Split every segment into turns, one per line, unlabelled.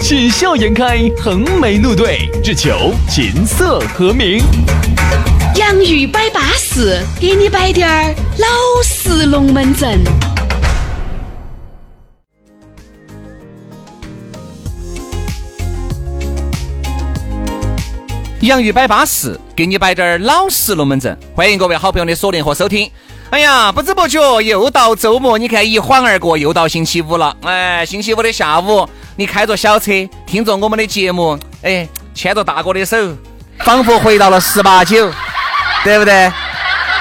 喜笑颜开，横眉怒对，只求琴瑟和鸣。
洋芋摆巴士，给你摆点儿老式龙门阵。
洋芋摆巴适，给你摆点儿老实龙门阵。欢迎各位好朋友的锁定和收听。哎呀，不知不觉又到周末，你看一晃而过，又到星期五了。哎，星期五的下午，你开着小车，听着我们的节目，哎，牵着大哥的手，仿佛回到了十八九，对不对？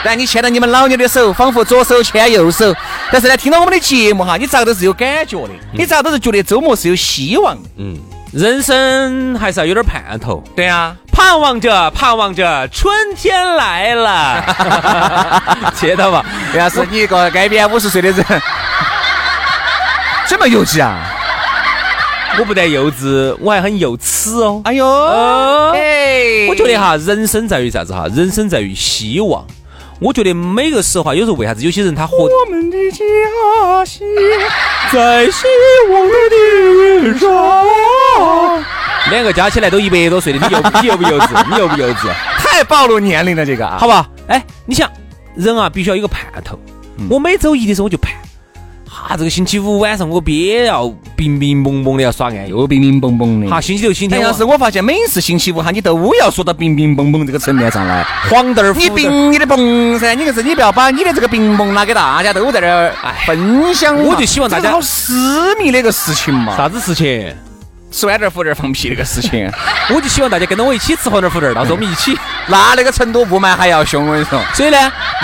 但你牵着你们老娘的手，仿佛左手牵右手。但是呢，听到我们的节目哈，你咋个都是有感觉的，你咋个都是觉得周末是有希望的。
人生还是要有点盼头，
对啊，
盼望着，盼望着，春天来了，知道吧？
原来是你一个挨边五十岁的 人，这么幼稚啊！
我不但幼稚，我还很幼稚哦。
哎呦，
哦
哎，
我觉得，哈，人生在于啥子哈？人生在于希望。我觉得每个时候啊，有时候为啥子有些人他活
我们的家乡
在希望的路上，两个加起来都一百多岁的，你幼你幼不幼稚？你幼不幼稚？
太暴露年龄了，这个啊，
好不好？哎，你想，人啊必须要有个盼头。我每周一的时候我就盼，哈、这个星期五晚上我别要冰冰蒙蒙的要耍暗
又哎冰冰蹦蹦
哈、
的。
星期六、星期
谭
天
老师，
我
我发现每次星期五哈，你都要说到冰冰蹦蹦这个层面上来。
黄豆儿、胡
你
豆儿，
冰你的蹦噻，你可是你不要把你的这个冰蹦拿给大家都在这儿哎分享嘛。
我就希望大家
这是好私密的一个事情嘛，
啥子事情？
吃完这儿胡这儿放屁那个 事情，
我就希望大家跟着我一起吃黄豆儿、胡豆儿，到时候我们一起。
那那个成都雾霾还要凶，我跟你说。
所以呢，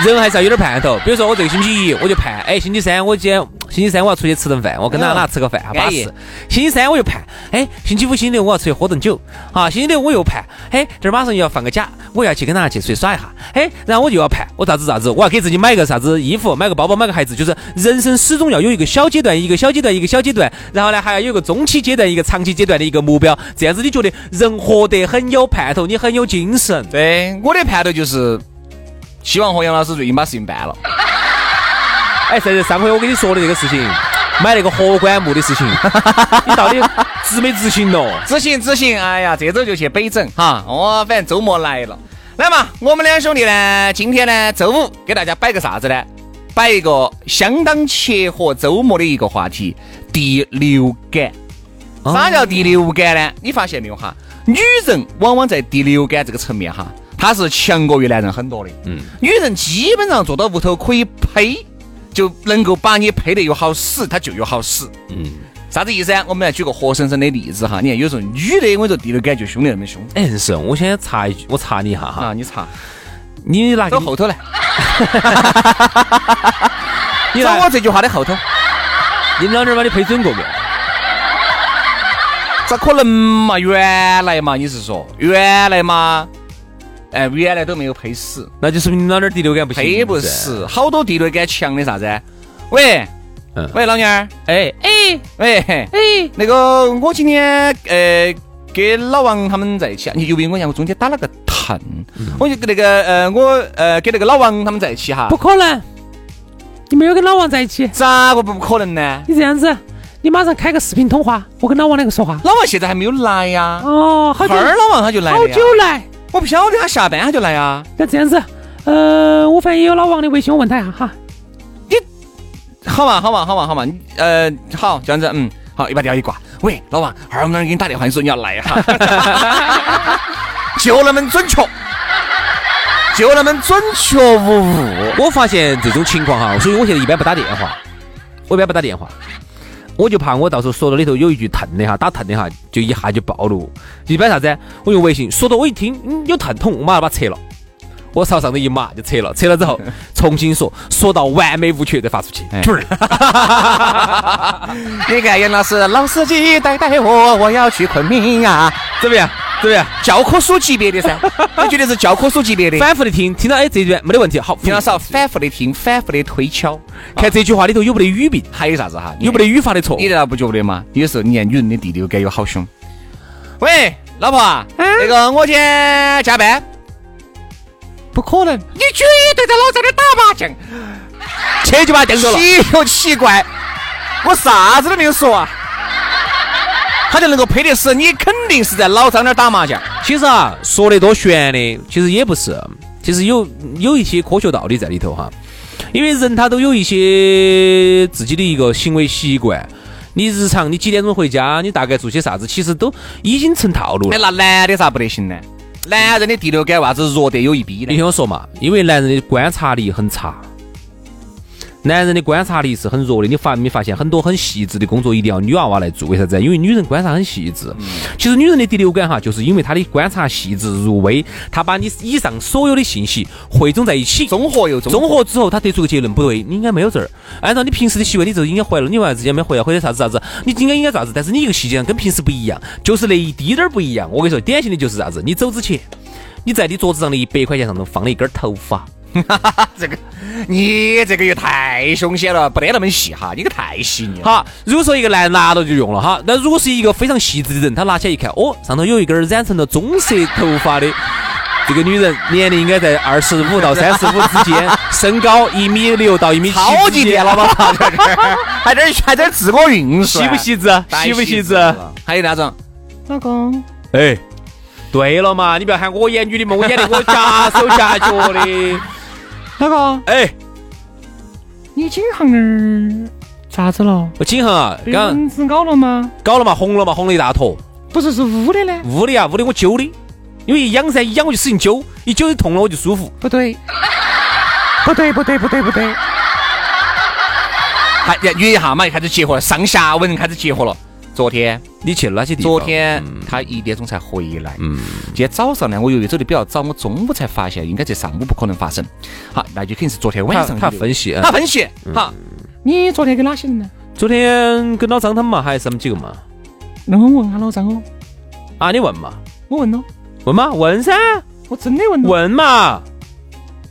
人还是要有点盼头。比如说我这个星期一我就盼，哎，星期三我今天星期三我要出去吃顿饭，我跟哪哪吃个饭，哈巴
哎安逸
适。星期三我又盼，哎，星期五、星期六我要出去喝顿酒，啊，星期六我又盼，哎，这儿马上又要放个假，我要去跟哪去出去耍一下，哎，然后我就要盼，我咋子咋子，我要给自己买个啥子衣服，买个包包，买个鞋子，就是人生始终要有一个小阶段，一个小阶段，一个小阶段，然后呢还要有一个中期阶段，一个长期阶段的一个目标，这样子你觉得人活得很有盼头，你很有精神。
对，我的盼头就是希望和杨老师最近把事情办了。
哎，甚至上回我跟你说的这个事情，买那个火管木的事情，你到底执没执行了？
执行执行，哎呀，这周就去北整哈，我、反正周末来了。来嘛，我们两兄弟呢，今天呢周五给大家摆个啥子呢？摆一个相当切合周末的一个话题——第六感。啥叫第六感呢？你发现没有哈？女人往往在第六感这个层面哈，她是强过于男人很多的。嗯，女人基本上坐到屋头可以呸，就能够把你呸得有好使，她就有好使。嗯，啥子意思呢？我们来举个活生生的例子哈。你看，有时候女的，我跟你说第六感就凶得那么凶
哎，人生，我先查一句，我查你一下哈，
啊！你查，
你拿
走
个
后头来，
你
走
拿
我这句话的后头，
你们老娘把你批准过没有？
咋可能嘛？原来嘛，你是说原来嘛？哎，原来都没有呸死。
那就说明你们老娘第六感不行。
呸不
是
是，好多地雷感强的啥子？喂，
嗯
喂，老娘儿，
哎，
哎，喂，嘿
哎，
那个我今天呃跟老王他们在一起啊，你有没有我讲我中间打了个腾，
嗯
我就跟那个呃我呃跟那个老王他们在一起哈
不，可能，你没有跟老王在一起。
咋个不可能呢？
你这样子，你马上开个视频通话，我跟老王两个说话。
老王现在还没有来呀，
哦，好久
二老王他就来
好
了呀，
久来。
我不晓得他下班他就来呀，
那这样子，呃，我反正也有老王的微信，我问他一下哈。
好嘛好嘛好嘛好嘛，你呃好这样子嗯。好，一把电话一挂，喂，老王，二我们给你打电话，你说你要来哈，就那么准确，就那么准确无误。
我发现这种情况哈，所以我现在一般不打电话，我一般不打电话，我就怕我到时候说到里头有一句疼的哈，打疼的哈，就一下就暴露。一般啥子？我用微信说到我一听、嗯、有疼痛，我马上把它撤了。我朝上头一码就撤了，撤了之后重新说，说到完美无缺再发出去。
哎
就是
你看，杨老师，老司机带带我，我要去昆明呀、
怎么样？对不对？
教科书级别的噻，我觉得是教科书级别的。
反复的听，听到哎这一段没得问题，好，
听老师啊反复的听，反复的推敲，
看这句话里头有没得语病，
还有啥子哈？
有没得语法的错误
哎你？难道不觉得吗？有时候你看女人的第六感有好凶。喂，老婆啊，
嗯
那个我今天加班，
不可能，
你绝对在老在那打麻将，
车就把他蹬走了。
奇又奇怪，我啥子都没有说啊。他就能够配得死，你肯定是在老张那儿打麻将。
其实啊，说的多玄的，其实也不是，其实有有一些科学道理在里头哈。因为人他都有一些自己的一个行为习惯，你日常你几点钟回家，你大概做些啥子，其实都已经成套路
哎，
了。
那男的咋不得行呢？男人的第六感为啥子弱得有一逼呢
你？听我说嘛，因为男人的观察力很差，男人的观察力是很弱的。你发没发现很多很细致的工作一定要女娃娃来做？为啥子？因为女人观察很细致。其实女人的第六感哈，就是因为她的观察细致入微，她把你以上所有的信息汇总在一起。
综合又综
综合之后，他得出个结论，不对，你应该没有这儿。按照你平时的习惯，你就应该回来了，你为啥子今天没回来，或者啥子啥子，你应该应该啥子？但是你一个细节上跟平时不一样，就是那一滴点儿不一样。我跟你说，典型的就是啥子？你走之前，你在你桌子上的一百块钱上头放了一根头发，
啊这个，你这个又太凶险了，不得那么细哈，你个太细腻了。
好，如果说一个男人拿到就用了哈，那如果是一个非常细致的人，他拿起来一看，哦，上头有一根染成了棕色头发的。这个女人年龄应该在二十五到三十五之间，身高一米六到一米七，
超级变了吧？ 这是，还在还在自我运算，
细不细致？
太
细不细
细
致？
了？还有那种，
老公，
哎，
对了嘛，你不要喊我演女的嘛，我演的我夹手 夹脚的。
老公，
哎，
你景行儿咋子了？
我景恒啊，
嗯
被
刚
蚊子咬了吗？
搞了嘛，红了嘛，红了一大坨。
不是，是污的呢？
屋里啊，屋里我揪的，因为一痒噻，一痒我就使劲揪，一揪就痛了我就舒服。
不对，不对，不对，不对，不对，
还约一下嘛，又开始结合了，上下文开始结合了。昨天，
你去了哪些地方？
昨天他一点钟才回来。嗯，今天早上呢，我由于走的比较早，我中午才发现，应该在上午不可能发生。好，那就肯定是昨天晚
他
上
他
的
分析，嗯
他分析，好，
你昨天跟哪些人呢？
昨天跟老张他们嘛，还有他们几个嘛？
那我问下老张哦，
啊，你问嘛？
我问了，
问嘛？问噻？
我真的问了。
问嘛？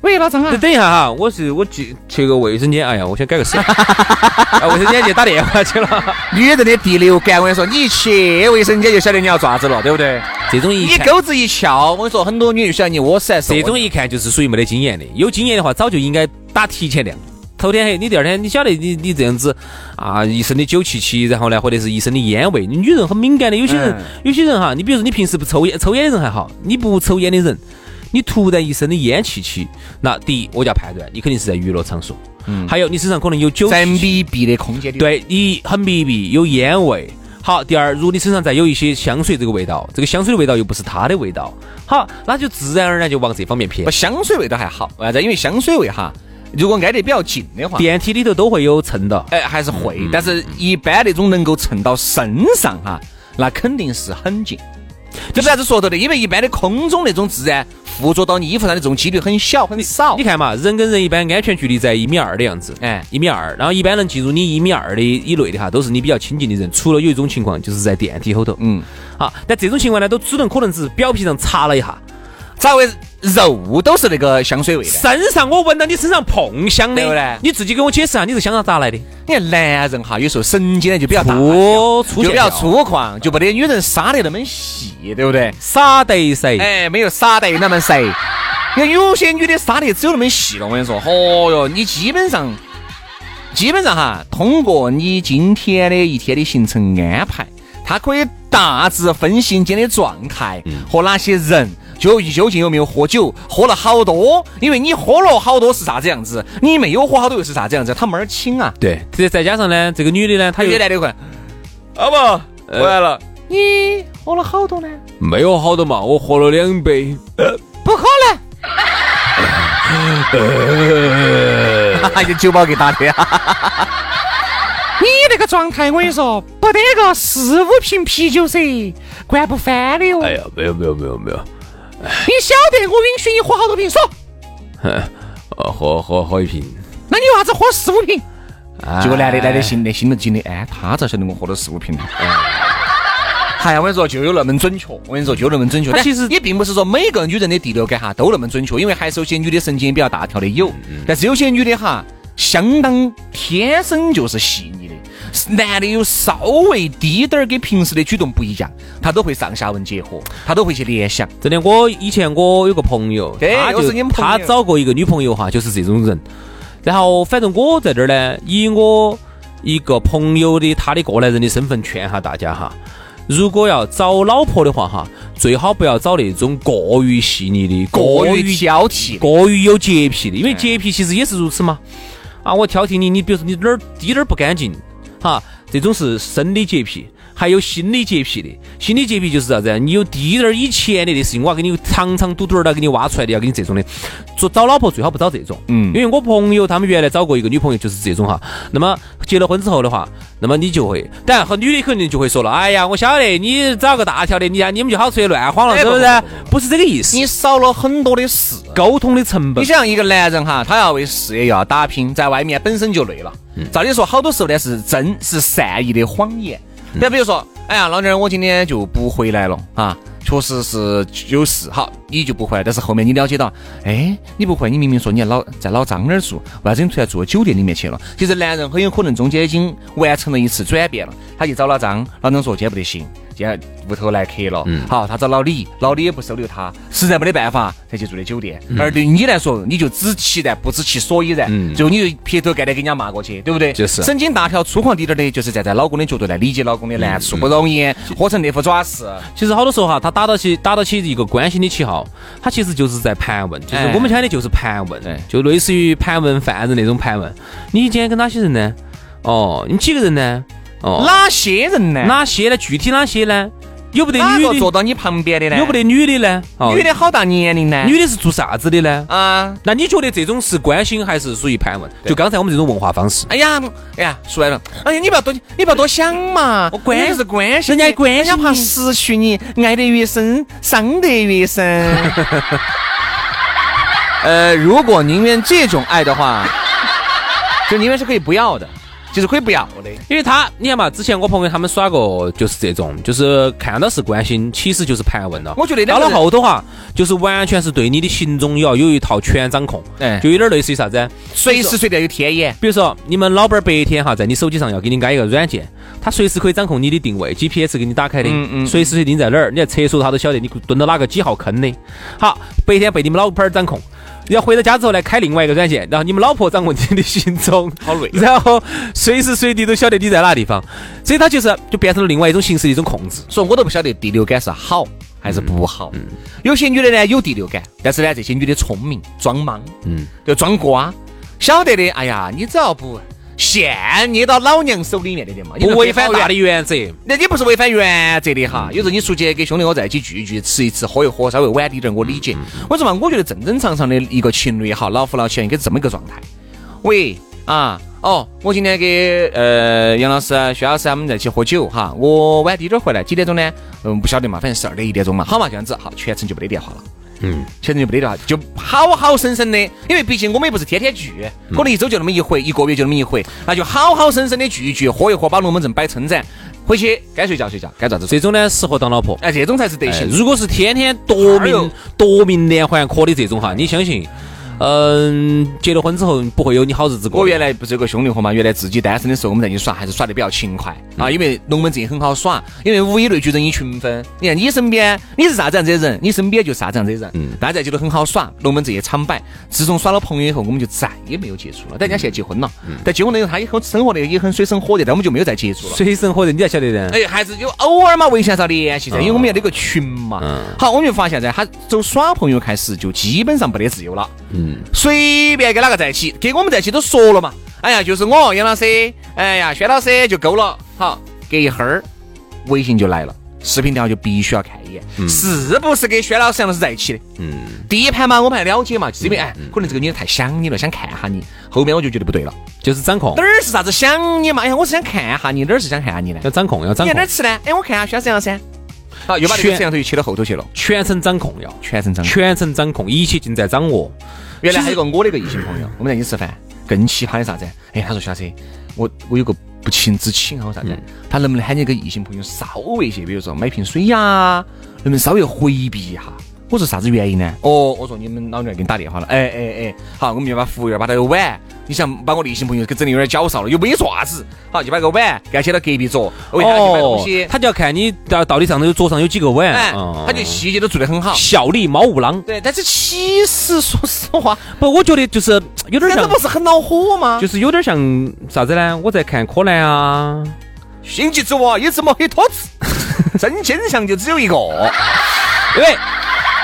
喂，老张啊
等，等一下哈，我是我去去个卫生间，哎呀，我先改个 手，啊卫生间去打电话去了。
女人的第六感，我跟你说，你一去卫生间就晓得你要爪子了，对不对？
这种一
你
看
钩子一翘，我跟你说，很多女人就晓得你窝死还是
这
窝
种
死
一看就是属于没得经验的，有经验的话早就应该打提前量。头天黑，你第二天你晓得你你这样子啊，一身的酒气气，然后呢，或者是一身的烟味。女人很敏感的，有些人、
嗯
有些人哈，你比如说你平时不抽烟，抽烟的人还好，你不抽烟的人，你突然一身的烟气气，那第一我就要判断你肯定是在娱乐场所，还有你身上可能有酒气
嗯在
气
密闭的空间里，，
对你很密闭，有烟味。好，第二，如果你身上再有一些香水这个味道，这个香水的味道又不是它的味道，好，那就自然而然就往这方面偏
不。香水味倒还好，为啥子？因为香水味哈，如果挨得比较近的话，
电梯里头都会有蹭到。
哎还是会，
嗯
但是一般那种能够蹭到身上哈，那肯定是很近。这不啥子说头的，因为一般的空中那种自然附着到你衣服上的这种几率很小很少
你。看嘛，人跟人一般安全距离在一米二的样子，
哎
一米二，然后一般能进入你一米二的以内的哈，都是你比较亲近的人，除了有一种情况就是在电梯后头，
嗯，
好，但这种情况呢，都只能可能是表皮上擦了一下，
咋会肉都是那个香水味的？
身上我闻到你身上碰香
对不
的
对，
你自己给我解释下，你是香到咋来的？
你看男人哈，有时候神经呢就比较大，
粗
就
粗
比
线
较
条，
粗犷，就没得女人杀得那么细，对不对？
傻得噻。
哎，没有杀得那么细。你看有些女的杀得只有那么细了，我跟你说，哦哟，你基本上，基本上哈，通过你今天的一天的行程安排，她可以大致分析你今天的状态和哪些人。究究竟有没有喝酒？喝了好多，因为你喝了好多是啥子样子，你没有喝好多又是啥子样子，他门儿清啊！
对，再再加上呢，这个女的呢，她
有
又呃
些男 的会，老婆回来了，
你喝了好多呢？
没有好多嘛，我喝了两杯，
不可能，
就酒保给打的啊！
你那个状态，我跟你说，不得个四五瓶啤酒噻，灌不翻的哟。
哎呀，没有没有没有没有，
你晓得我允许你喝好多瓶，说，
呃，喝喝喝一瓶，
那你为啥子喝四五瓶？
啊
哎结果男的男的心的心里心里安，他咋晓得我喝了四五瓶呢？哎呀，我跟你说，就有那么准确。我跟你说，就那么准确。
它
但
其实
也并不是说每个女人的第六感哈都那么准确，因为还是有些女的神经比较大条的有，
嗯
但是有些女的哈相当天生就是细腻的，男的有稍微低点儿跟平时的举动不一样，他都会上下文结合，他都会去联想。
真的，我以前我有个朋友，
对
他
又是你
就
们朋
他
友
找过一个女朋友哈，就是这种人。然后反正我在这儿呢，以我一个朋友的他的过来人的身份劝下大家哈，如果要找老婆的话哈，最好不要找那种过于细腻的、
过于挑剔，
过于有洁癖的，因为
嗯
洁癖其实也是如此嘛。啊，我挑剔你，你比如说你哪儿滴点儿不干净，哈，这种是生理洁癖，还有心理洁癖的。心理洁癖就是啥子啊？你有滴点儿以前的的事情，我要给你长长嘟嘟儿的给你挖出来的，要给你这种的。做找老婆最好不找这种，嗯，因为我朋友他们原来找过一个女朋友就是这种哈。那么结了婚之后的话，那么你就会，当然和女的肯定就会说了，哎呀，我晓得你找个大条的，你呀你们就好出去乱晃了，
哎
是
不
不是
不不？
不是这个意思，
你少了很多的事。
沟通的成本
你。想一个男人哈，他要为事业要打拼，在外面本身就累了。照理说，好多时候呢是真是善意的谎言。那比如说，哎呀，老娘儿我今天就不回来了啊，确实是有事。好，你就不回来，但是后面你了解到，哎，你不回，你明明说你在老在老张那儿住，为啥子你突然住到酒店里面去了？其实男人很有可能中间已经完成了一次转变了，他去找老张，老张说今天不得行。今天屋头来客了，好，他找老李，老李也不收留他，实在没得办法才去住的酒店。而对你来说，你就知其然不知其所以然，最后你就撇头盖脸给人家骂过去，对不对？
就是
神经大条、粗犷滴点儿的，就是站在老公的角度来理解老公的难处，不容易，活成那副爪式。
其实好多时候哈，他打到起打到起一个关心的旗号，他其实就是在盘问，就是
哎
我们讲的就是盘问
对，
就类似于盘问犯人那种盘问。你今天跟哪些人呢？哦，你几个人呢？哦，
哪些人呢？
哪些呢？具体哪些呢？有不得
哪
女
个坐
的？
到你旁边的呢？
有不得女的呢？哦，
女的好大年龄呢？
女的是做啥子的呢？
啊，
那你觉得这种是关心还是属于盘问？
对
就刚才我们这种问话方式，
哎呀，哎呀，说来了，哎呀，你不要多，你不要多想嘛，
我关
人家是关心
人
你，
家关心
人家怕
你
失去你，爱得越深，伤得越 深。呃，如果宁愿这种爱的话，就宁愿是可以不要的，就是可以不要的。
因为他你看嘛，之前我朋友他们耍过就是这种，就是看到是关心，其实就是盘问了。
我觉得
到
两个
了
人
后头哈，就是完全是对你的行踪要有一套全掌控，
哎
就有点类似于啥子？
随时随地有天眼，
比如说你们老板儿白天哈，在你手机上要给你安一个软件，他随时可以掌控你的定位，GPS 给你打开的，
嗯嗯
随时随地你在哪儿，你在厕所他都晓得你蹲到哪个几号坑的。好，白天被你们老板儿掌控。然后回到家之后呢，开另外一个软件，然后你们老婆掌握你的行踪，
好 累
然后随时随地都晓得你在哪地方，所以它就是就变成了另外一种形式的一种控制。
所以我都不晓得第六感是好还是不好。
嗯
有些女的呢有第六感，但是呢这些女的聪明装莽，
嗯
嗯，就装瓜，晓得的。哎呀，你只要不陷入到老娘手里面的的嘛，你
不
能
违反嗯
飞
大
好远
的。原则。
那你不是违反原则的哈？有时候你出去跟兄弟伙在一起聚一聚，吃一吃，喝一喝，稍微晚一点，我理
嗯
解。我说嘛，我觉得正正常常的一个情侣也好，老夫老妻应该是这么一个状态。喂啊，哦，我今天跟呃杨老师、薛老师他们在一起喝酒哈，我晚一点回来，几点钟呢？嗯，不晓得嘛，反正十二点一点钟嘛，好嘛，这样子，好，全程就没得电话了。嗯，全程就没得电话，就好好生生的，因为毕竟我们也不是天天聚，可能一周就那么一回，一个月就那么一回，那就好好生生的聚一聚，喝一喝，把龙门阵摆撑展，回去该睡觉睡觉，该咋子睡。
这种呢，适合当老婆。
哎，这种才是得
哎
行。
如果是天天夺
哎呦
命夺命连环 call 的这种哈，你相信，嗯，结了婚之后不会有你好日子过。
我原来不是有个兄弟伙嘛，原来自己单身的时候，我们在一起耍，还是耍得比较勤快啊，因为龙门阵也很好耍，因为物以类聚，人以群分。你看你身边你是啥子样子的人，你身边就是啥子样子的人，大家在一起都很好耍，龙门阵也常摆。自从耍了朋友以后，我们就再也没有接触了。但人家现在结婚了，但结婚了以后，他也很生活的也很水深火热，但我们就没有再接触了。
水深火热，你要晓得的。
哎，还是有偶尔嘛，微信上联系噻，因为我们要那个群嘛。好，我们就发现噻，他走耍朋友开始就基本上不得自由了。嗯，随便跟哪个在一起，跟我们在一起都说了嘛。哎呀，就是我杨老师，哎呀，薛老师就够了。好，隔一会儿微信就来了，视频条就必须要看一眼，是不是跟薛老师、杨老师在一起的？
嗯
第一盘嘛，我们还了解嘛，就是因为哎，可能这个女的太想你了，想看下你。后面我就觉得不对了，
就是掌控
哪，儿是啥子想你嘛？哎呀，我是想看下你，哪儿是想看下你呢？
要掌控，要掌
你在
控
哪儿，吃呢？哎，我看下薛沈阳噻。好，啊又把这个
全
摄像头又切到后头去了，
全程掌控要，
全程掌控。
全程掌控，一切尽在掌握。
原来还有个我的一个异性朋友，我们在一起吃饭，更奇葩的啥子？哎，他说小车，我我有个不情之请啊，啥子？他能不能喊你个异性朋友稍微去，比如说买瓶水呀、能不能啊稍微回避一下？我说啥子原因呢？哦，我说你们老娘给你打电话了，哎哎哎，好，我们就把服务员把那个碗，你想把我的异性朋友给整的有点搅臊了，又没爪子，好，就把个碗给他写到隔壁桌，我为他
哦
去买东西，
他就要看你到到底上头桌上有几个碗
哎，，
嗯
他就细节都做得很好。
小力毛五郎。
对，但是其实说实话，
不，我觉得就是有点
那这
像
不，是很恼火吗？
就是有点像啥子呢？我在看柯南啊，
心急之我也只摸黑托子， 真真相就只有一个。
因为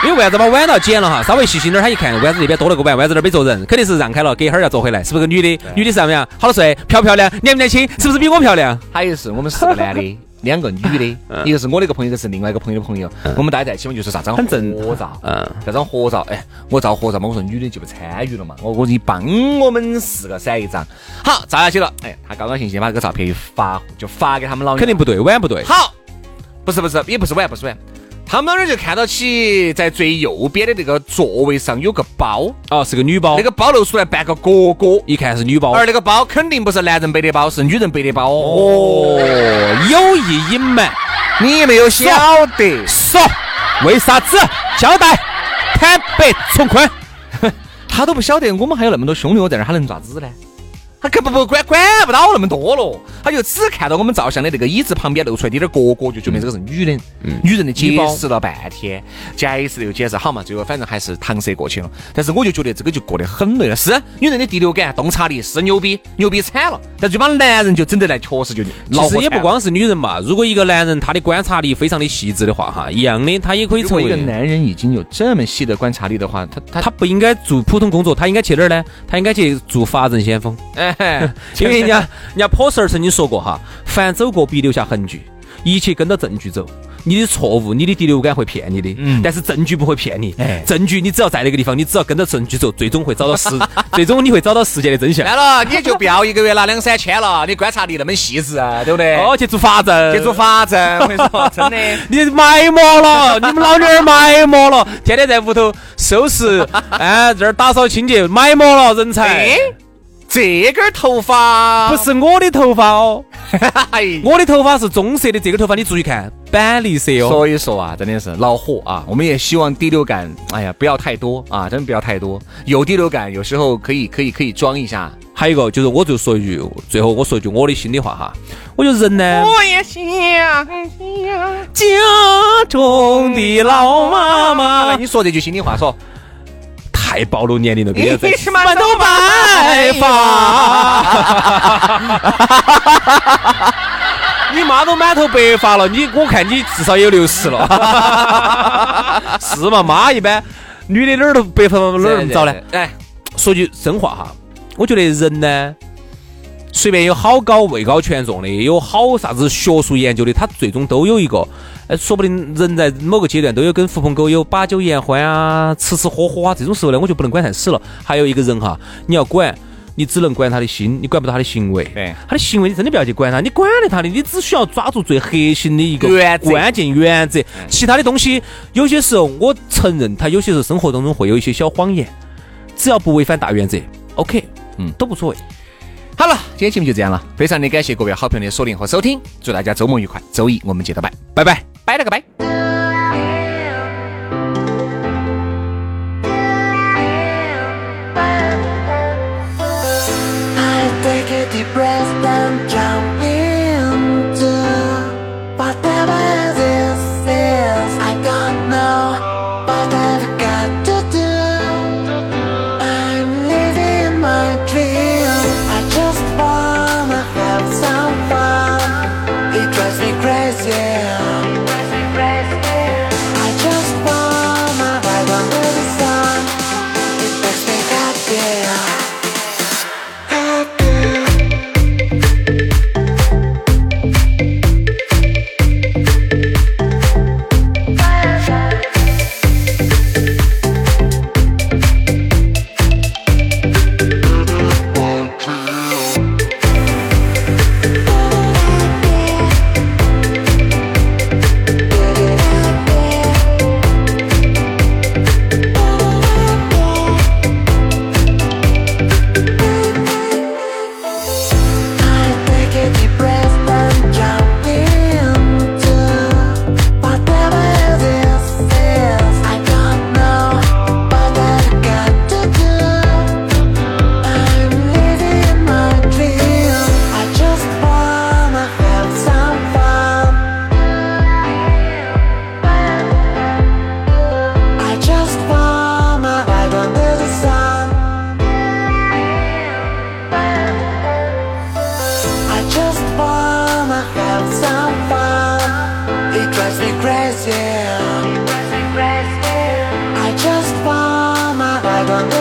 因为为啥子把碗道捡了哈？稍微细心点儿，他一看碗子那边多了个碗，碗子那边坐人，肯定是让开了，隔一会儿要坐回来，是不是个女的？女的是啥子呀？好多岁，漂不漂亮？年不年轻？是不是比我漂亮？
还有是我们四个男 的，两个女的，一个是我的一个朋友，一个是另外一个朋友的朋友。我们大家在一起嘛，就说啥张
很正
合照，
嗯
这张合照，哎，我照合照嘛，我说女的就不参与了嘛，我我说你帮我们四个闪一张，好，照下去了，哎，他高高兴兴把这个照片一发，就发给他们老娘
肯定不对，碗不对。
好，不是不是，也不是碗，不是碗。他们老娘就看到起在最右边的那个座位上有个包，
哦，是个女包
那，个包露出来半个角角，
一看是女包，
而那个包肯定不是男人背的包，是女人背的包。哦，
哦，有意隐瞒。
你没有
啊
晓得，
说为啥子？交代，坦白从宽。
他都不晓得我们还有那么多兄弟伙在那儿，他能咋子呢？他根本不管管不到那么多了，他就只看到我们照相的那个椅子旁边露出来的点儿角角，就觉得这个是女人。
嗯
女人的解释了半天，解释又解释，好嘛，最后反正还是搪塞过去了。但是我就觉得这个就过得很累了，是女人的第六感、洞察力是牛逼，牛逼惨了。但就把男人就整得来，确实就恼
其
火
实也
惨
不
了
光是女人嘛，如果一个男人他的观察力非常的细致的话，哈，一样的，他也可以
如
成
果一个
为。
男人已经有这么细的观察力的话，他他
他不应该做普通工作，他应该去哪儿呢？他应该去做法人先锋，
哎，
因为人 家人家普什尔曾经说过哈，凡走过必留下痕迹，一切跟着证据走。你的错误，你的第六感会骗你的，但是证据不会骗你。
嗯哎
证据你只要在那个地方，你只要跟着证据走，最终会找到 事，最终你会找到事件的真相。
来了，你就不要一个月拿两三千了，你观察力那么细致，啊对不对？
哦，去做法人，
哎去做法证， 我跟你说，真的。
你埋没了，你们老娘儿埋没了，天天在屋头收拾， 哎，这儿打扫清洁，埋没了人才
哎。，这根头发
不，是我的头发哦，
哎，
我的头发是棕色的，这个头发你注意看，板栗色哦。
所以说啊，真的是恼火啊！我们也希望第六感，哎呀，不要太多啊，真的不要太多。有第六感，有时候可以可以可以装一下。
还有一个就是，我就说一句，最后我说一句我的心里话哈，我觉得人呢，
我也想想。
家中的老妈
来，
妈
啊你说这句心里话，说。
太暴露年龄了，跟人家在 一起
满头
白
白
发。 你妈都满头白发了，你我看你至少有六十了，是嘛？妈一般女的哪儿都白发哪儿那么早呢？
哎，
说句真话哈，我觉得人呢，随便有好高位高权重的，有好啥子学术研究的，他最终都有一个，呃，说不定人在某个阶段都有跟狐朋狗友把酒言欢啊，吃吃喝喝啊，这种时候呢，我就不能管太死了。还有一个人哈，你要管。你只能管他的心，你管不到他的行为。
对
他的行为你真的不要去管他，你管了他的，你只需要抓住最核心的一个
原则嗯
关键原则。其他的东西，有些时候我承认，他有些时候生活当中会有一些小谎言，只要不违反大原则，OK，嗯，都无所谓。
好了，今天节目就这样了，非常的感谢各位好朋友的锁定和收听，祝大家周末愉快，周一我们接着拜，拜拜，拜了个拜。
I take a deep breath and jump into whatever this is. I don't know what I've got to do. I'm living my dream. I just wanna have some fun. It drives me crazy. I don't know